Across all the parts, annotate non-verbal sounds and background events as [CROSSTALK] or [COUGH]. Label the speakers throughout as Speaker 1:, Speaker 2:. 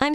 Speaker 1: I'm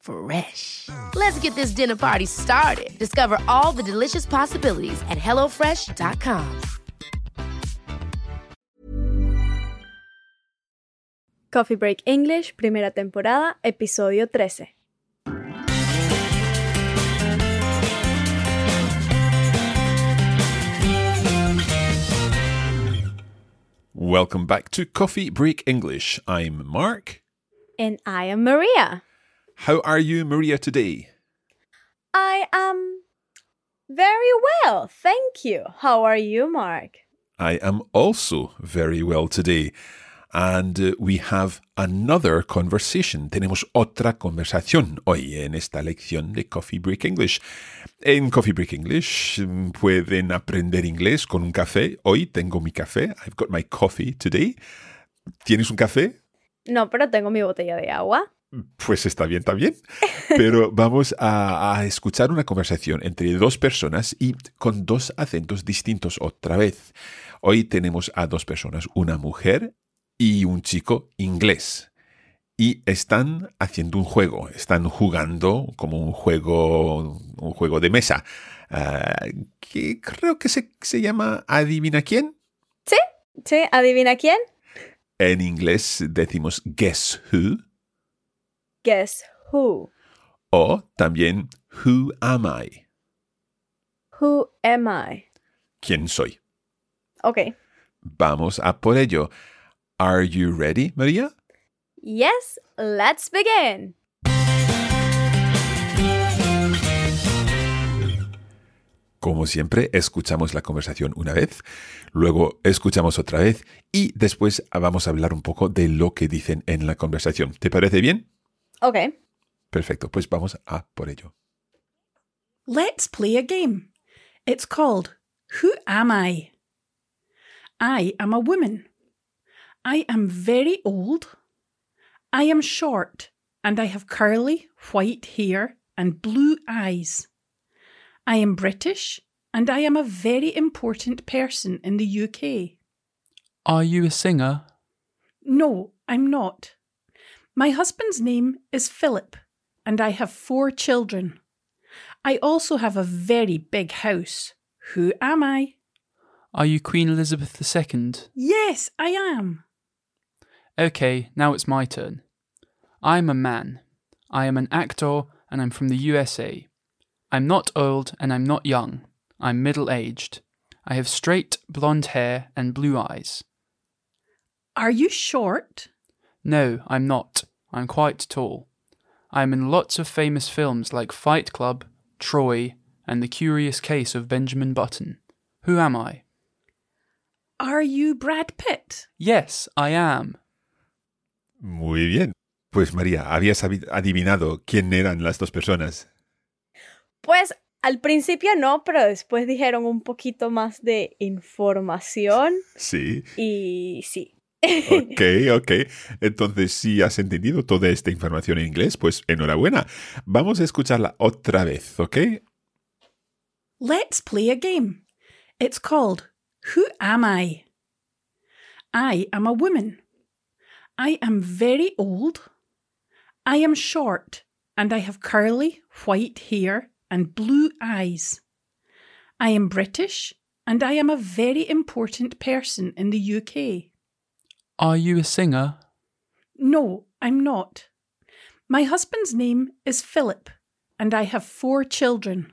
Speaker 2: Fresh. Let's get this dinner party started. Discover all the delicious possibilities at hellofresh.com.
Speaker 3: Coffee Break English, primera temporada, episodio 13.
Speaker 4: Welcome back to Coffee Break English. I'm Mark.
Speaker 3: And I am Maria.
Speaker 4: How are you, Maria, today?
Speaker 3: I am very well, thank you. How are you, Mark?
Speaker 4: I am also very well today. And uh, we have another conversation. Tenemos otra conversación hoy en esta lección de Coffee Break English. En Coffee Break English mm, pueden aprender inglés con un café. Hoy tengo mi café. I've got my coffee today. ¿Tienes un café?
Speaker 3: No, pero tengo mi botella de agua.
Speaker 4: Pues está bien también. Pero vamos a, a escuchar una conversación entre dos personas y con dos acentos distintos otra vez. Hoy tenemos a dos personas, una mujer y un chico inglés. Y están haciendo un juego, están jugando como un juego, un juego de mesa, ah, que creo que se, se llama Adivina quién.
Speaker 3: ¿Sí? ¿Sí? ¿Adivina quién?
Speaker 4: En inglés decimos Guess Who.
Speaker 3: Guess who?
Speaker 4: O también, who am I?
Speaker 3: Who am I?
Speaker 4: ¿Quién soy?
Speaker 3: Ok.
Speaker 4: Vamos a por ello. Are you ready, María?
Speaker 3: Yes, let's begin.
Speaker 4: Como siempre, escuchamos la conversación una vez, luego escuchamos otra vez y después vamos a hablar un poco de lo que dicen en la conversación. ¿Te parece bien?
Speaker 3: Ok.
Speaker 4: Perfecto, pues vamos a por ello.
Speaker 5: Let's play a game. It's called Who Am I? I am a woman. I am very old. I am short and I have curly white hair and blue eyes. I am British and I am a very important person in the UK.
Speaker 6: Are you a singer?
Speaker 5: No, I'm not. My husband's name is Philip, and I have four children. I also have a very big house. Who am I?
Speaker 6: Are you Queen Elizabeth II?
Speaker 5: Yes, I am.
Speaker 6: Okay, now it's my turn. I'm a man. I am an actor and I'm from the USA. I'm not old and I'm not young. I'm middle aged. I have straight blonde hair and blue eyes.
Speaker 5: Are you short?
Speaker 6: No, I'm not. I'm quite tall. I'm in lots of famous films like Fight Club, Troy, and The Curious Case of Benjamin Button. Who am I?
Speaker 5: Are you Brad Pitt?
Speaker 6: Yes, I am.
Speaker 4: Muy bien. Pues María, habías avi- adivinado quién eran las dos personas.
Speaker 3: Pues al principio no, pero después dijeron un poquito más de información
Speaker 4: Sí.
Speaker 3: y sí.
Speaker 4: [LAUGHS] Ok, ok. Entonces, si has entendido toda esta información en inglés, pues enhorabuena. Vamos a escucharla otra vez, ¿ok?
Speaker 5: Let's play a game. It's called Who Am I? I am a woman. I am very old. I am short and I have curly white hair and blue eyes. I am British and I am a very important person in the UK.
Speaker 6: Are you a singer?
Speaker 5: No, I'm not. My husband's name is Philip, and I have four children.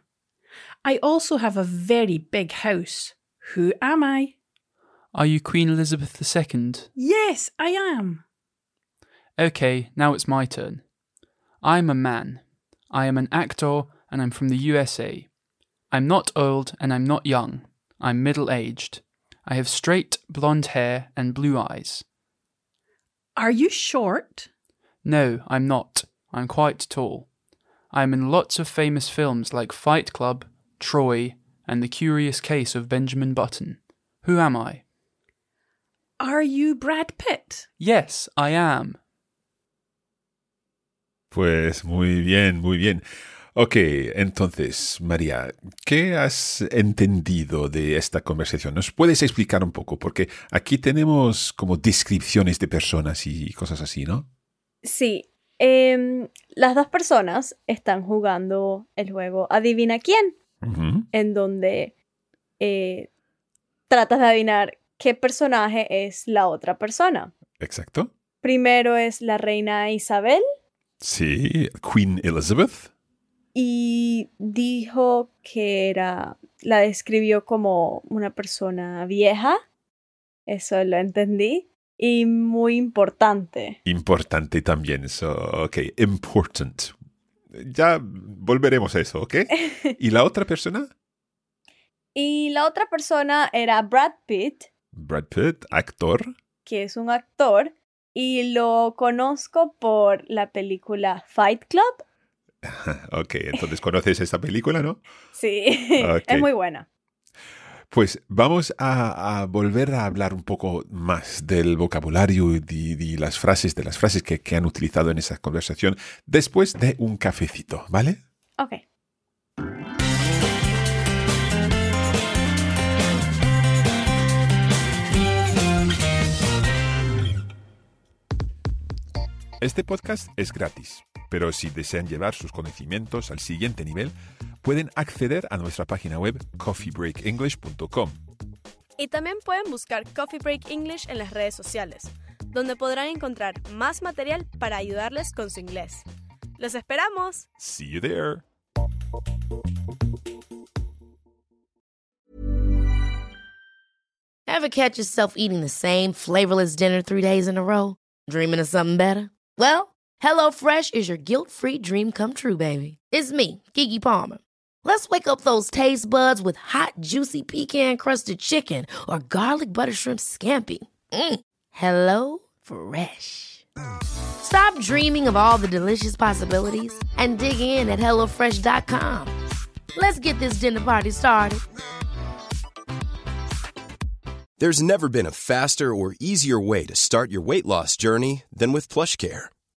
Speaker 5: I also have a very big house. Who am I?
Speaker 6: Are you Queen Elizabeth II?
Speaker 5: Yes, I am.
Speaker 6: Okay, now it's my turn. I'm a man. I am an actor and I'm from the USA. I'm not old and I'm not young. I'm middle aged. I have straight blonde hair and blue eyes.
Speaker 5: Are you short?
Speaker 6: No, I'm not. I'm quite tall. I'm in lots of famous films like Fight Club, Troy, and The Curious Case of Benjamin Button. Who am I?
Speaker 5: Are you Brad Pitt?
Speaker 6: Yes, I am.
Speaker 4: Pues muy bien, muy bien. Ok, entonces, María, ¿qué has entendido de esta conversación? ¿Nos puedes explicar un poco? Porque aquí tenemos como descripciones de personas y cosas así, ¿no?
Speaker 3: Sí, em, las dos personas están jugando el juego Adivina quién,
Speaker 4: Ujú.
Speaker 3: en donde eh, tratas de adivinar qué personaje es la otra persona.
Speaker 4: Exacto.
Speaker 3: Primero es la reina Isabel
Speaker 4: Sí, Queen Elizabeth.
Speaker 3: y dijo que era, la describió como una persona vieja, eso lo entendí, y muy importante.
Speaker 4: Importante también eso. Ok, important. Ya volveremos a eso, ¿ok? ¿Y la otra persona?
Speaker 3: Y la otra persona era Brad Pitt,
Speaker 4: Brad Pitt, actor.
Speaker 3: que es un actor, y lo conozco por la película Fight Club.
Speaker 4: Ok, entonces conoces esta película, ¿no?
Speaker 3: Sí,
Speaker 4: Ah, Ok.
Speaker 3: [LAUGHS] es muy buena.
Speaker 4: Pues vamos a, a volver a hablar un poco más del vocabulario y de, de las frases, de las frases que, que han utilizado en esa conversación después de un cafecito, ¿vale?
Speaker 3: Ok.
Speaker 4: Este podcast es gratis, pero si desean llevar sus conocimientos al siguiente nivel, pueden acceder a nuestra página web coffeebreakenglish.com.
Speaker 7: Y también pueden buscar Coffee Break English en las redes sociales, donde podrán encontrar más material para ayudarles con su inglés. ¡Los esperamos!
Speaker 4: See you there.
Speaker 2: Ever catch yourself eating the same flavorless dinner three days in a row? Dreaming of something better? Well, HelloFresh is your guilt free dream come true, baby. It's me, Kiki Palmer. Let's wake up those taste buds with hot, juicy pecan crusted chicken or garlic butter shrimp scampi. Mm. Hello Fresh. Stop dreaming of all the delicious possibilities and dig in at HelloFresh.com. Let's get this dinner party started.
Speaker 8: There's never been a faster or easier way to start your weight loss journey than with PlushCare.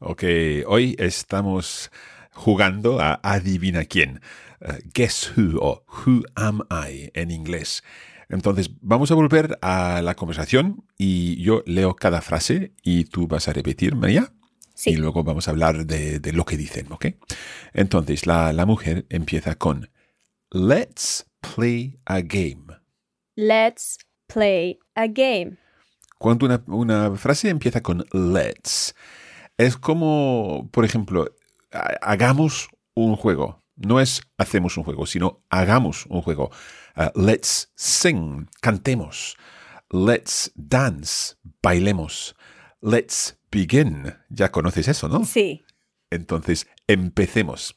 Speaker 4: Ok, hoy estamos jugando a Adivina quién. Eh, guess who o Who am I en inglés. Entonces, vamos a volver a la conversación y yo leo cada frase y tú vas a repetir, María.
Speaker 3: Sí.
Speaker 4: Y luego vamos a hablar de, de lo que dicen, ¿ok? Entonces, la, la mujer empieza con Let's play a game.
Speaker 3: Let's play a game.
Speaker 4: Cuando una, una frase empieza con let's, es como, por ejemplo, ha- hagamos un juego. No es hacemos un juego, sino hagamos un juego. Ah, let's sing, cantemos. Let's dance, bailemos. Let's begin. Ya conoces eso, ¿no?
Speaker 3: Sí.
Speaker 4: Entonces, empecemos.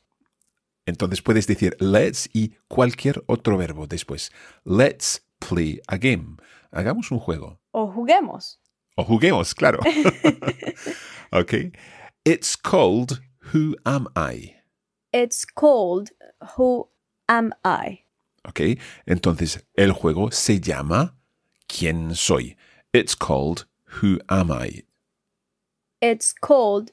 Speaker 4: Entonces puedes decir let's y cualquier otro verbo después. Let's play a game. Hagamos un juego.
Speaker 3: O juguemos.
Speaker 4: O juguemos, claro. ok. It's called Who Am I?
Speaker 3: It's called Who Am I?
Speaker 4: Ok. Entonces el juego se llama ¿Quién soy? It's called Who Am I?
Speaker 3: It's called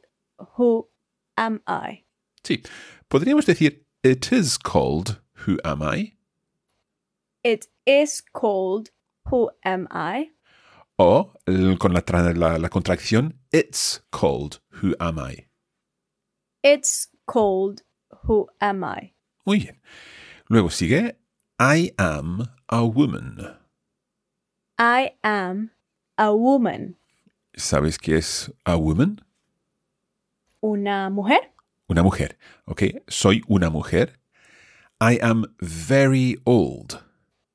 Speaker 3: Who Am I?
Speaker 4: Sí. Podríamos decir It is called Who Am I?
Speaker 3: It is called Who Am I?
Speaker 4: O el- con la, tra- la- la contracción It's called Who Am I?
Speaker 3: It's called Who Am I?
Speaker 4: Muy bien. Luego sigue I am a woman.
Speaker 3: I am a woman.
Speaker 4: ¿Sabes qué es a woman?
Speaker 3: Una mujer.
Speaker 4: Una mujer. ¿Ok? Soy una mujer. I am very old.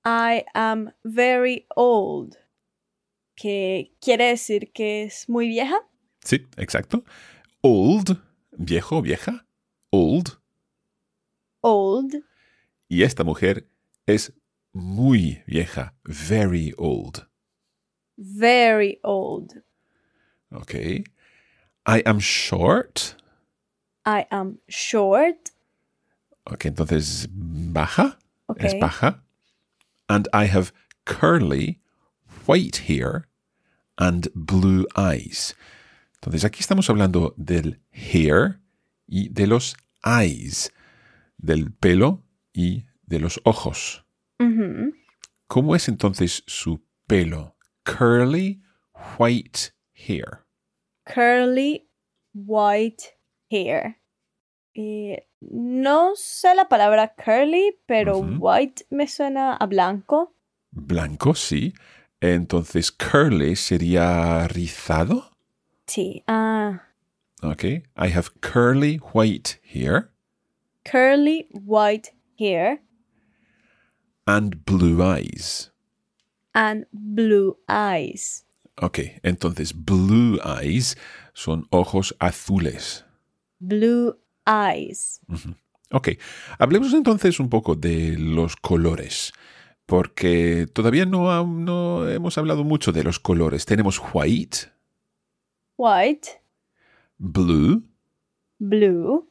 Speaker 3: I am very old. Que quiere decir que es muy vieja.
Speaker 4: Sí, exacto. Old, viejo, vieja. Old.
Speaker 3: Old.
Speaker 4: Y esta mujer es muy vieja. Very old.
Speaker 3: Very old.
Speaker 4: ¿Ok? I am short.
Speaker 3: I am short.
Speaker 4: Ok, entonces baja. Es
Speaker 3: Ok.
Speaker 4: baja. And I have curly, white hair and blue eyes. Entonces aquí estamos hablando del hair y de los eyes, del pelo y de los ojos.
Speaker 3: Ujú.
Speaker 4: ¿Cómo es entonces su pelo? Curly, white hair.
Speaker 3: Curly white hair. Eh, no sé la palabra curly, pero
Speaker 4: Ujú.
Speaker 3: white me suena a blanco.
Speaker 4: Blanco, sí. Entonces curly sería rizado.
Speaker 3: Sí. Ah.
Speaker 4: Ok. I have curly, white hair
Speaker 3: Curly white hair
Speaker 4: and blue eyes.
Speaker 3: and blue eyes.
Speaker 4: Ok, entonces blue eyes son ojos azules.
Speaker 3: Blue eyes.
Speaker 4: Ok, hablemos entonces un poco de los colores, porque todavía no, ha- no hemos hablado mucho de los colores. Tenemos white,
Speaker 3: White,
Speaker 4: blue
Speaker 3: blue,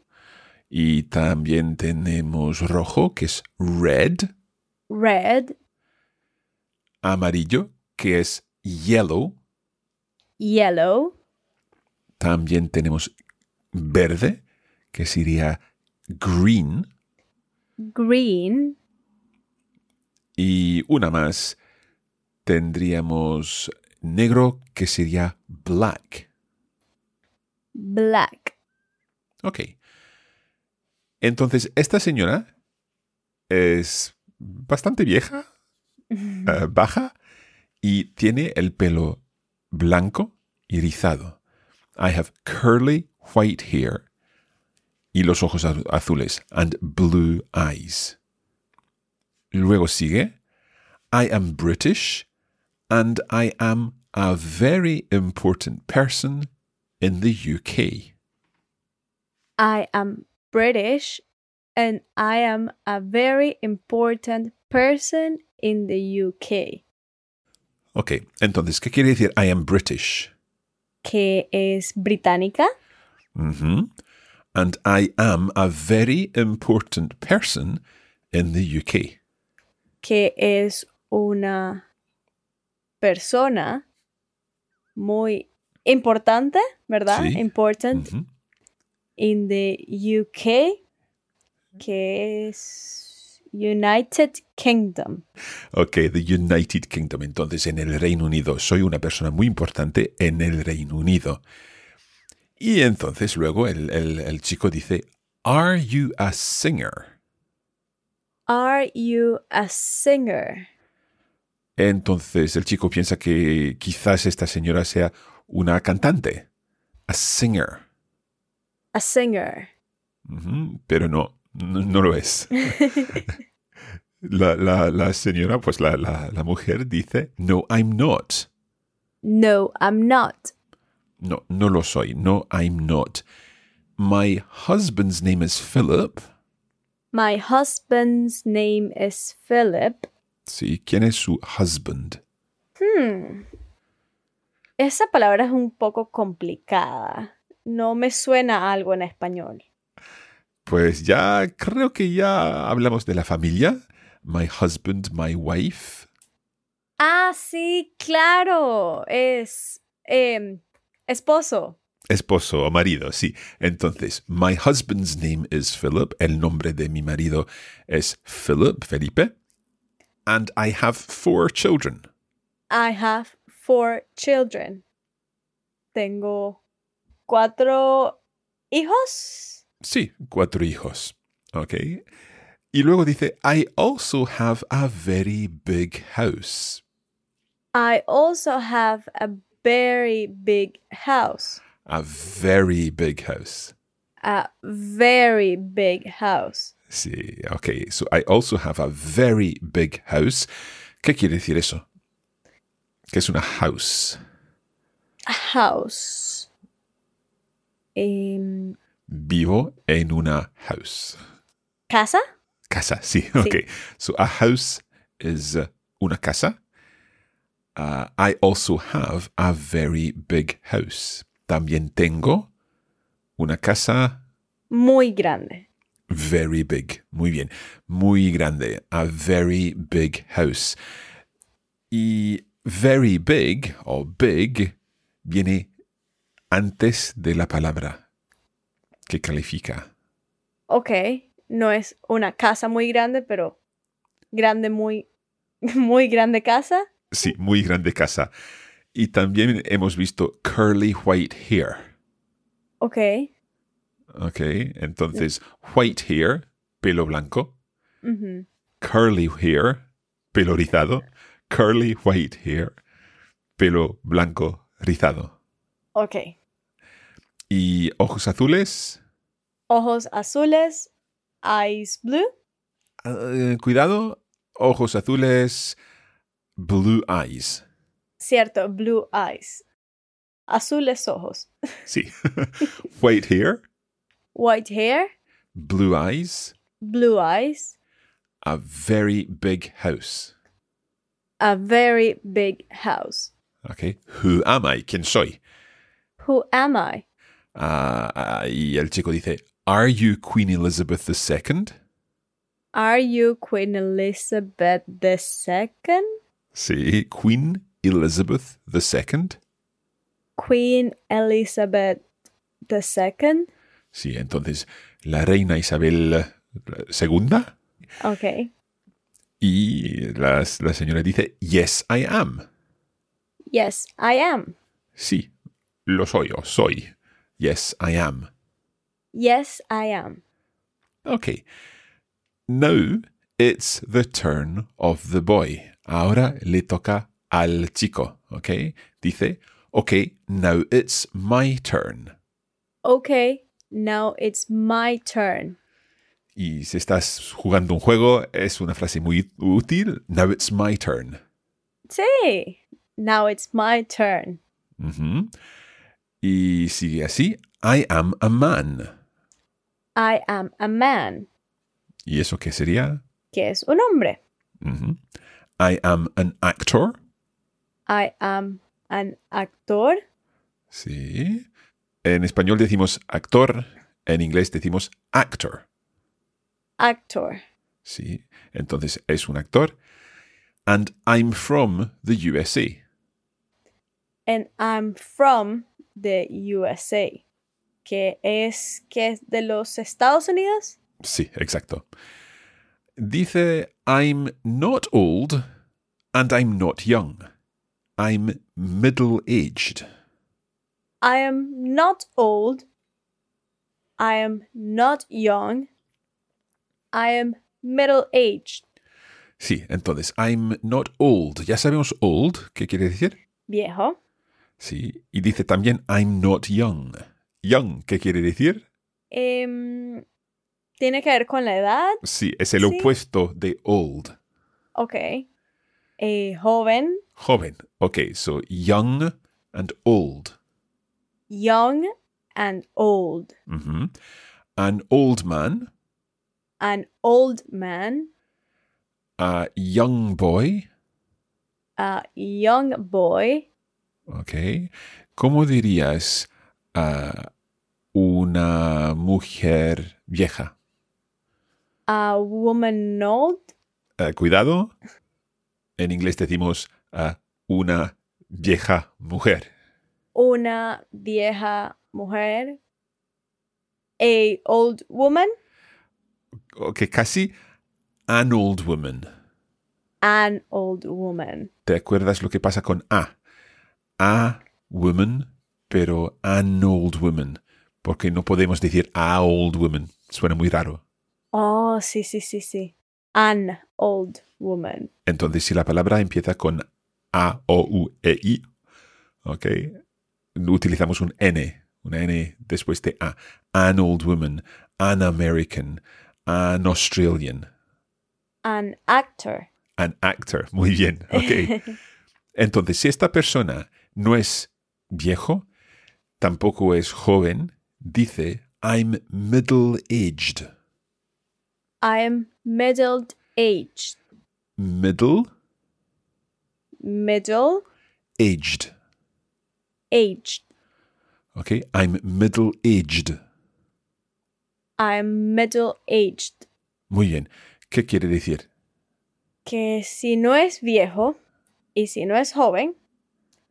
Speaker 4: y también tenemos rojo, que es red,
Speaker 3: red,
Speaker 4: amarillo, que es yellow,
Speaker 3: yellow,
Speaker 4: también tenemos verde, que sería green,
Speaker 3: green,
Speaker 4: Y una más, tendríamos negro que sería black.
Speaker 3: black.
Speaker 4: Ok. Entonces, esta señora es bastante vieja, eh, baja, y tiene el pelo blanco y rizado. I have curly white hair y los ojos azu- azules and blue eyes. Luego sigue, I am British and I am a very important person in the UK.
Speaker 3: I am British and I am a very important person in the UK.
Speaker 4: Ok, entonces, ¿qué quiere decir I am British?
Speaker 3: Que es británica.
Speaker 4: Mhm. And I am a very important person in the UK.
Speaker 3: Que es una persona muy importante, ¿verdad?
Speaker 4: Sí.
Speaker 3: Important
Speaker 4: Ujú.
Speaker 3: in the UK. Que es United Kingdom.
Speaker 4: Ok, the United Kingdom. Entonces, en el Reino Unido. Soy una persona muy importante en el Reino Unido. Y entonces luego el, el- el chico dice, ¿Are you a singer?
Speaker 3: Are you a singer?
Speaker 4: Entonces el chico piensa que quizás esta señora sea una cantante. A singer.
Speaker 3: A singer. [LAUGHS]
Speaker 4: Ujú, Pero no, no, no lo es. La, la- la señora, pues la, la- la mujer dice, no, I'm not.
Speaker 3: No, I'm not.
Speaker 4: No, no lo soy. No, I'm not. My husband's name is Philip
Speaker 3: My husband's name is Philip.
Speaker 4: Sí, ¿quién es su husband?
Speaker 3: Hmm. Esa palabra es un poco complicada. No me suena a algo en español.
Speaker 4: Pues ya creo que ya hablamos de la familia. My husband, my wife.
Speaker 3: Ah, sí, claro. Es em, esposo.
Speaker 4: Esposo o marido, sí. Entonces, my husband's name is Philip. El nombre de mi marido es Philip, Felipe. And I have four children.
Speaker 3: I have four children. Tengo cuatro hijos.
Speaker 4: Sí, cuatro hijos. Ok. Y luego dice, I also have a very big house.
Speaker 3: I also have a very big house.
Speaker 4: A very big house.
Speaker 3: A very big house.
Speaker 4: Sí, ok. So I also have a very big house. ¿Qué quiere decir eso? Que es una house.
Speaker 3: A house. Em,
Speaker 4: Vivo en una house.
Speaker 3: ¿Casa?
Speaker 4: Casa, sí, [LAUGHS] ok. So a house is uh, una casa. Uh, I also have a very big house. También tengo una casa
Speaker 3: Muy grande.
Speaker 4: very big. Muy bien. Muy grande. A very big house. Y very big o big viene antes de la palabra que califica.
Speaker 3: Ok, no es una casa muy grande, pero grande, muy, [LAUGHS] muy grande casa.
Speaker 4: Sí, muy grande casa. Y también hemos visto curly white hair.
Speaker 3: Ok.
Speaker 4: Ok, entonces white hair, pelo blanco.
Speaker 3: ujú.
Speaker 4: Curly hair, pelo rizado. Curly white hair, pelo blanco rizado.
Speaker 3: Ok.
Speaker 4: Y ojos azules.
Speaker 3: Ojos azules. Eyes blue.
Speaker 4: eh, cuidado, ojos azules, blue eyes.
Speaker 3: Cierto, blue eyes. Azules ojos.
Speaker 4: Sí. [LAUGHS] white hair,
Speaker 3: White hair.
Speaker 4: blue eyes,
Speaker 3: Blue eyes.
Speaker 4: a very big house.
Speaker 3: A very big house.
Speaker 4: Okay. Who am I? ¿Quién soy?
Speaker 3: Who am I?
Speaker 4: Ah, ah, y el chico dice, Are you Queen Elizabeth II?
Speaker 3: Are you Queen Elizabeth II?
Speaker 4: Sí, Queen Elizabeth II.
Speaker 3: Queen Elizabeth II.
Speaker 4: Sí, entonces la reina Isabel eh, II.
Speaker 3: Ok.
Speaker 4: Y la, la señora dice, Yes, I am.
Speaker 3: Yes, I am.
Speaker 4: Sí, lo soy o soy. Yes, I am.
Speaker 3: Yes, I am.
Speaker 4: Okay. Now it's the turn of the boy. Ahora le toca al chico. Okay. Dice, Okay, now it's my turn.
Speaker 3: Okay, now it's my turn.
Speaker 4: Y si estás jugando un juego, es una frase muy útil. Now it's my turn.
Speaker 3: Sí. Now it's my turn.
Speaker 4: Ujú. Y sigue así. I am a man.
Speaker 3: I am a man,
Speaker 4: ¿Y eso qué sería?
Speaker 3: que es un hombre.
Speaker 4: Ujú. I am an actor.
Speaker 3: I am an actor.
Speaker 4: Sí. En español decimos actor. En inglés decimos actor.
Speaker 3: Actor.
Speaker 4: Sí. Entonces es un actor. And I'm from the USA.
Speaker 3: And I'm from the USA. Que es, que es de los Estados Unidos.
Speaker 4: Sí, exacto. Dice, I'm not old and I'm not young. I'm middle aged.
Speaker 3: I am not old. I am not young. I am middle aged.
Speaker 4: Sí, entonces, I'm not old. Ya sabemos old, ¿qué quiere decir?
Speaker 3: Viejo.
Speaker 4: Sí, y dice también, I'm not young. Young, ¿qué quiere decir?
Speaker 3: Em, Tiene que ver con la edad.
Speaker 4: Sí, es el
Speaker 3: Sí.
Speaker 4: opuesto de old.
Speaker 3: Ok. Eh, joven.
Speaker 4: Joven. Ok, so young and old.
Speaker 3: Young and old.
Speaker 4: Ujú. An old man
Speaker 3: an old man,
Speaker 4: A young boy.
Speaker 3: a young boy,
Speaker 4: Ok. ¿Cómo dirías a una mujer vieja?
Speaker 3: a woman old,
Speaker 4: Eh, cuidado. En inglés decimos a una vieja mujer.
Speaker 3: una vieja mujer, a old woman,
Speaker 4: Ok, casi an old woman.
Speaker 3: an old woman.
Speaker 4: ¿Te acuerdas lo que pasa con a? A woman, pero an old woman. Porque no podemos decir a old woman. Suena muy raro.
Speaker 3: Oh, sí, sí, sí, sí. An old woman.
Speaker 4: Entonces, si la palabra empieza con A, O, U, E, I, ¿ok? Utilizamos un N, una N después de A. An old woman, an American, an Australian,
Speaker 3: An actor.
Speaker 4: an actor. [LAUGHS] Muy bien, ok. Entonces, si esta persona no es viejo, tampoco es joven, dice I'm middle-aged.
Speaker 3: I am middle aged.
Speaker 4: Middle-aged.
Speaker 3: Middle aged.
Speaker 4: ¿Ok? I'm middle-aged.
Speaker 3: I'm middle aged.
Speaker 4: Muy bien. ¿Qué quiere decir?
Speaker 3: Que si no es viejo y si no es joven,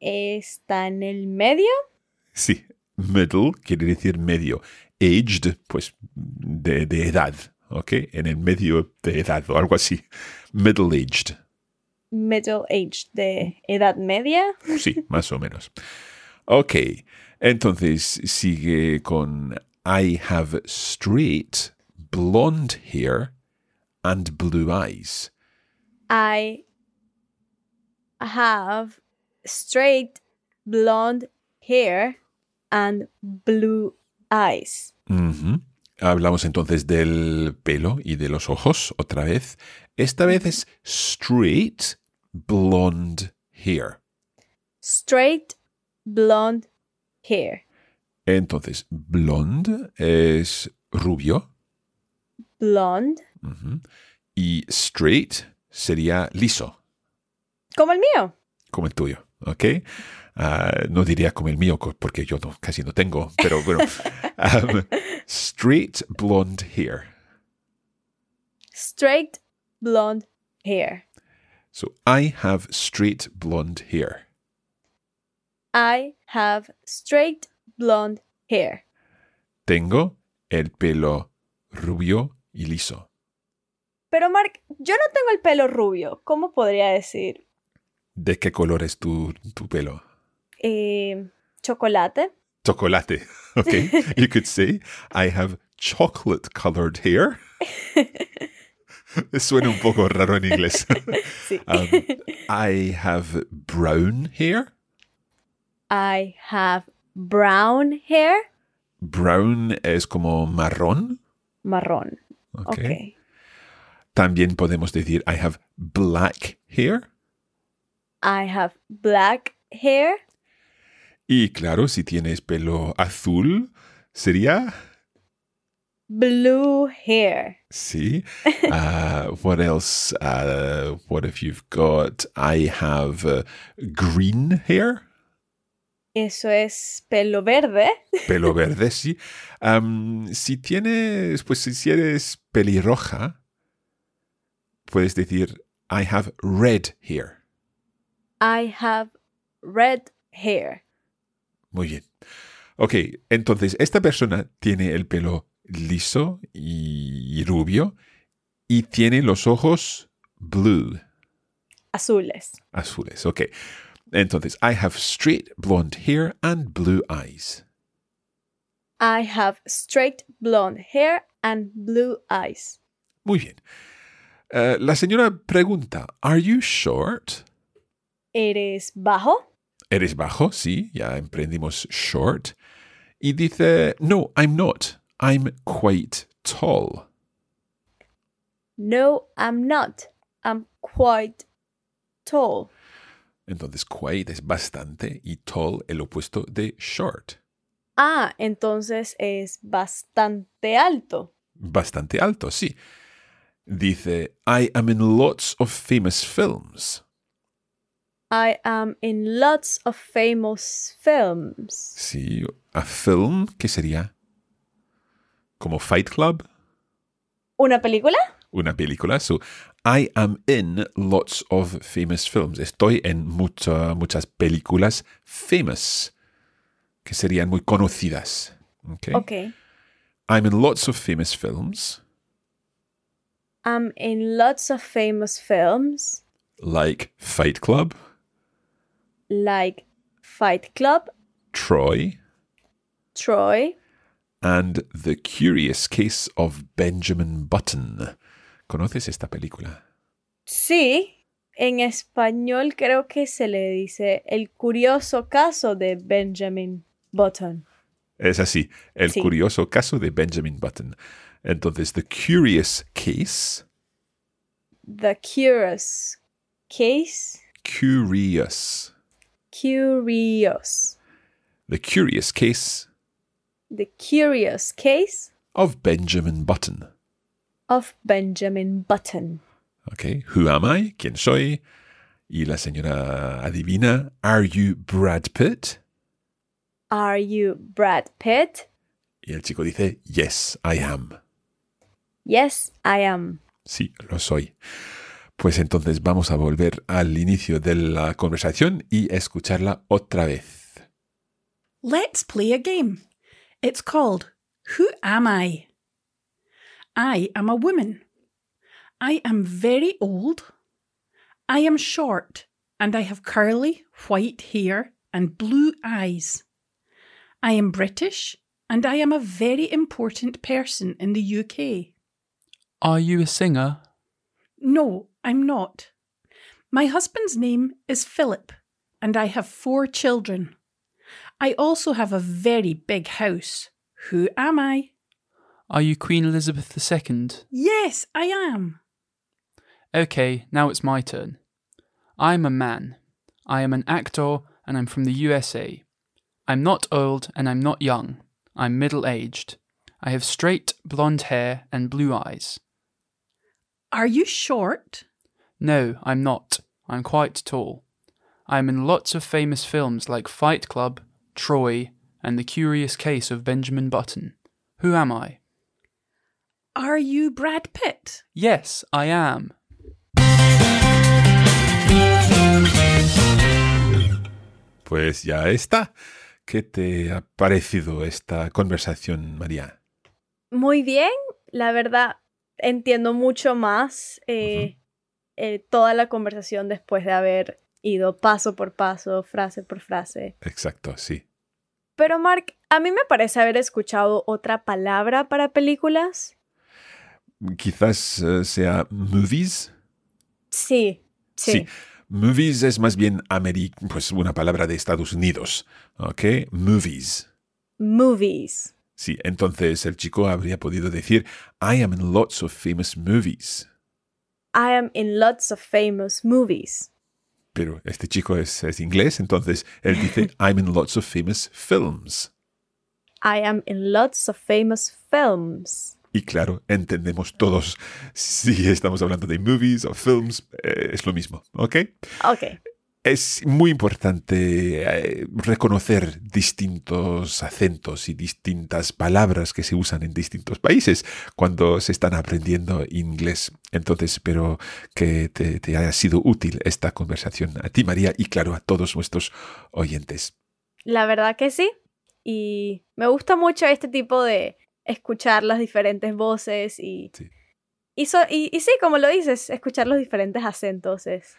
Speaker 3: está en el medio.
Speaker 4: Sí, middle quiere decir medio. Aged, pues de, de edad, ¿ok? En el medio de edad o algo así. Middle aged,
Speaker 3: Middle aged de edad media.
Speaker 4: sí, más o menos. Ok, entonces sigue con I have straight, blonde hair and blue eyes.
Speaker 3: I have straight blonde hair and blue eyes.
Speaker 4: Ujú. Hablamos entonces del pelo y de los ojos otra vez. Esta vez es straight, blonde hair.
Speaker 3: Straight blonde hair.
Speaker 4: Entonces, blonde es rubio
Speaker 3: Blonde.
Speaker 4: ujú, y straight sería liso,
Speaker 3: Como el mío.
Speaker 4: como el tuyo, ¿ok? Ah, no diría como el mío co- porque yo no- casi no tengo, pero bueno. Um, straight blonde hair.
Speaker 3: Straight blonde hair.
Speaker 4: So, I have straight blonde hair.
Speaker 3: I have straight blonde hair.
Speaker 4: Tengo el pelo rubio y liso.
Speaker 3: Pero Mark, yo no tengo el pelo rubio. ¿Cómo podría decir?
Speaker 4: ¿De qué color es tu, tu pelo?
Speaker 3: Eh, chocolate. [LAUGHS]
Speaker 4: Chocolate. [LAUGHS] Okay. you could say, I have chocolate colored hair. Suena un poco raro en inglés.
Speaker 3: Sí.
Speaker 4: Um, I have brown hair.
Speaker 3: I have brown hair.
Speaker 4: Brown es como marrón.
Speaker 3: Marrón.
Speaker 4: Okay.
Speaker 3: ok.
Speaker 4: También podemos decir, I have black hair.
Speaker 3: I have black hair.
Speaker 4: Y claro, si tienes pelo azul, sería.
Speaker 3: Blue hair.
Speaker 4: See? Uh, what else? Uh, what if you've got? I have uh, green hair.
Speaker 3: Eso es pelo verde. [LAUGHS]
Speaker 4: Pelo verde, sí. Am, si tienes, pues si eres pelirroja, puedes decir, I have red hair.
Speaker 3: I have red hair.
Speaker 4: Muy bien. Ok, entonces esta persona tiene el pelo liso y rubio y tiene los ojos blue,
Speaker 3: Azules.
Speaker 4: azules. Ok, entonces I have straight blonde hair and blue eyes.
Speaker 3: I have straight blonde hair and blue eyes.
Speaker 4: Muy bien. Eh, la señora pregunta, ¿Are you short?
Speaker 3: ¿Eres bajo?
Speaker 4: Eres bajo, sí, ya emprendimos short. Y dice, no, I'm not. I'm quite tall.
Speaker 3: No, I'm not. I'm quite tall.
Speaker 4: Entonces, quite es bastante y tall el opuesto de short.
Speaker 3: Ah, entonces es bastante alto.
Speaker 4: Bastante alto, sí. Dice, I am in lots of famous films.
Speaker 3: I am in lots of famous films.
Speaker 4: Sí, a film, ¿qué sería? ¿Como Fight Club?
Speaker 3: ¿Una película?
Speaker 4: Una película. So, I am in lots of famous films. Estoy en mucha- muchas películas famous, que serían muy conocidas. Okay.
Speaker 3: Ok.
Speaker 4: I'm in lots of famous films,
Speaker 3: I'm in lots of famous films
Speaker 4: like Fight Club,
Speaker 3: like Fight Club,
Speaker 4: Troy,
Speaker 3: Troy,
Speaker 4: and The Curious Case of Benjamin Button. ¿Conoces esta película?
Speaker 3: Sí, en español creo que se le dice el curioso caso de Benjamin Button.
Speaker 4: Es así, el
Speaker 3: Sí.
Speaker 4: curioso caso de Benjamin Button. Entonces, The Curious Case,
Speaker 3: The curious case,
Speaker 4: curious,
Speaker 3: curious.
Speaker 4: The Curious Case
Speaker 3: The curious case
Speaker 4: of Benjamin Button.
Speaker 3: of Benjamin Button.
Speaker 4: Okay, who am I? ¿Quién soy? Y la señora adivina, are you Brad Pitt?
Speaker 3: Are you Brad Pitt?
Speaker 4: Y el chico dice, yes, I am.
Speaker 3: Yes, I am.
Speaker 4: Sí, lo soy. Pues entonces vamos a volver al inicio de la conversación y escucharla otra vez.
Speaker 5: Let's play a game. It's called Who Am I? I am a woman. I am very old. I am short and I have curly white hair and blue eyes. I am British and I am a very important person in the UK.
Speaker 6: Are you a singer?
Speaker 5: No, I'm not. My husband's name is Philip, and I have four children. I also have a very big house. Who am I?
Speaker 6: Are you Queen Elizabeth II?
Speaker 5: Yes, I am.
Speaker 6: Okay, now it's my turn. I'm a man. I am an actor and I'm from the USA. I'm not old and I'm not young. I'm middle aged. I have straight blonde hair and blue eyes.
Speaker 5: Are you short?
Speaker 6: No, I'm not. I'm quite tall. I'm in lots of famous films like Fight Club, Troy, and The Curious Case of Benjamin Button. Who am I?
Speaker 5: Are you Brad Pitt?
Speaker 6: Yes, I am.
Speaker 4: Pues ya está. ¿Qué te ha parecido esta conversación, María?
Speaker 3: Muy bien, la verdad entiendo mucho más eh, eh, toda la conversación después de haber ido paso por paso, frase por frase.
Speaker 4: Exacto, sí.
Speaker 3: Pero Mark, a mí me parece haber escuchado otra palabra para películas.
Speaker 4: Quizás eh, sea movies.
Speaker 3: Sí, sí.
Speaker 4: Movies es más bien ameri- pues una palabra de Estados Unidos. ¿Ok? Movies.
Speaker 3: Movies.
Speaker 4: Sí, entonces el chico habría podido decir, I am in lots of famous movies.
Speaker 3: I am in lots of famous movies.
Speaker 4: Pero este chico es, es inglés, entonces él dice, I'm in lots of famous films.
Speaker 3: I am in lots of famous films.
Speaker 4: Y claro, entendemos todos si estamos hablando de movies o films, eh, es lo mismo, ¿ok?
Speaker 3: Ok.
Speaker 4: Es muy importante eh, reconocer distintos acentos y distintas palabras que se usan en distintos países cuando se están aprendiendo inglés. Entonces, espero que te, te haya sido útil esta conversación a ti, María, y claro, a todos nuestros oyentes.
Speaker 3: La verdad que sí. Y me gusta mucho este tipo de escuchar las diferentes voces y...
Speaker 4: Sí.
Speaker 3: Y, so- y, y sí, como lo dices, escuchar los diferentes acentos es...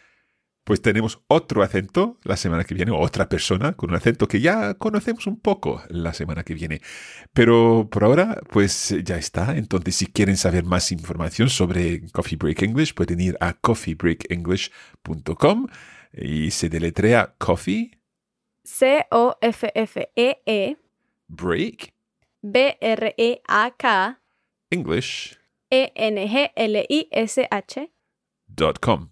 Speaker 4: Pues tenemos otro acento la semana que viene, o otra persona con un acento que ya conocemos un poco la semana que viene. Pero por ahora, pues ya está. Entonces, si quieren saber más información sobre Coffee Break English, pueden ir a coffeebreakenglish.com y se deletrea Coffee
Speaker 3: C-O-F-F-E-E-B-R-E-A-K
Speaker 4: Break English
Speaker 3: E-N-G-L-I-S-H.com.
Speaker 4: dot com.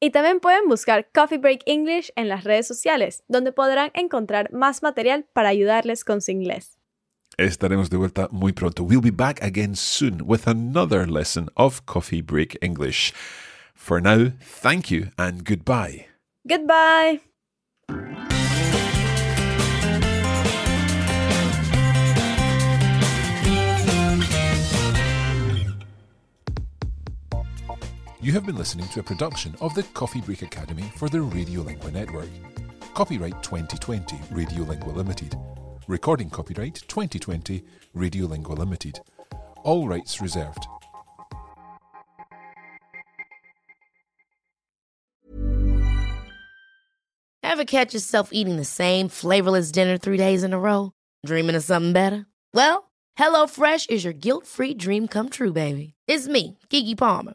Speaker 3: Y también pueden buscar Coffee Break English en las redes sociales, donde podrán encontrar más material para ayudarles con su inglés.
Speaker 4: Estaremos de vuelta muy pronto. We'll be back again soon with another lesson of Coffee Break English. For now, thank you and goodbye.
Speaker 3: Goodbye.
Speaker 4: You have been listening to a production of the Coffee Break Academy for the Radiolingua Network. Copyright 2020 Radiolingua Limited. Recording copyright 2020 Radiolingua Limited. All rights reserved.
Speaker 2: Ever catch yourself eating the same flavorless dinner three days in a row? Dreaming of something better? Well, HelloFresh is your guilt-free dream come true, baby. It's me, Gigi Palmer.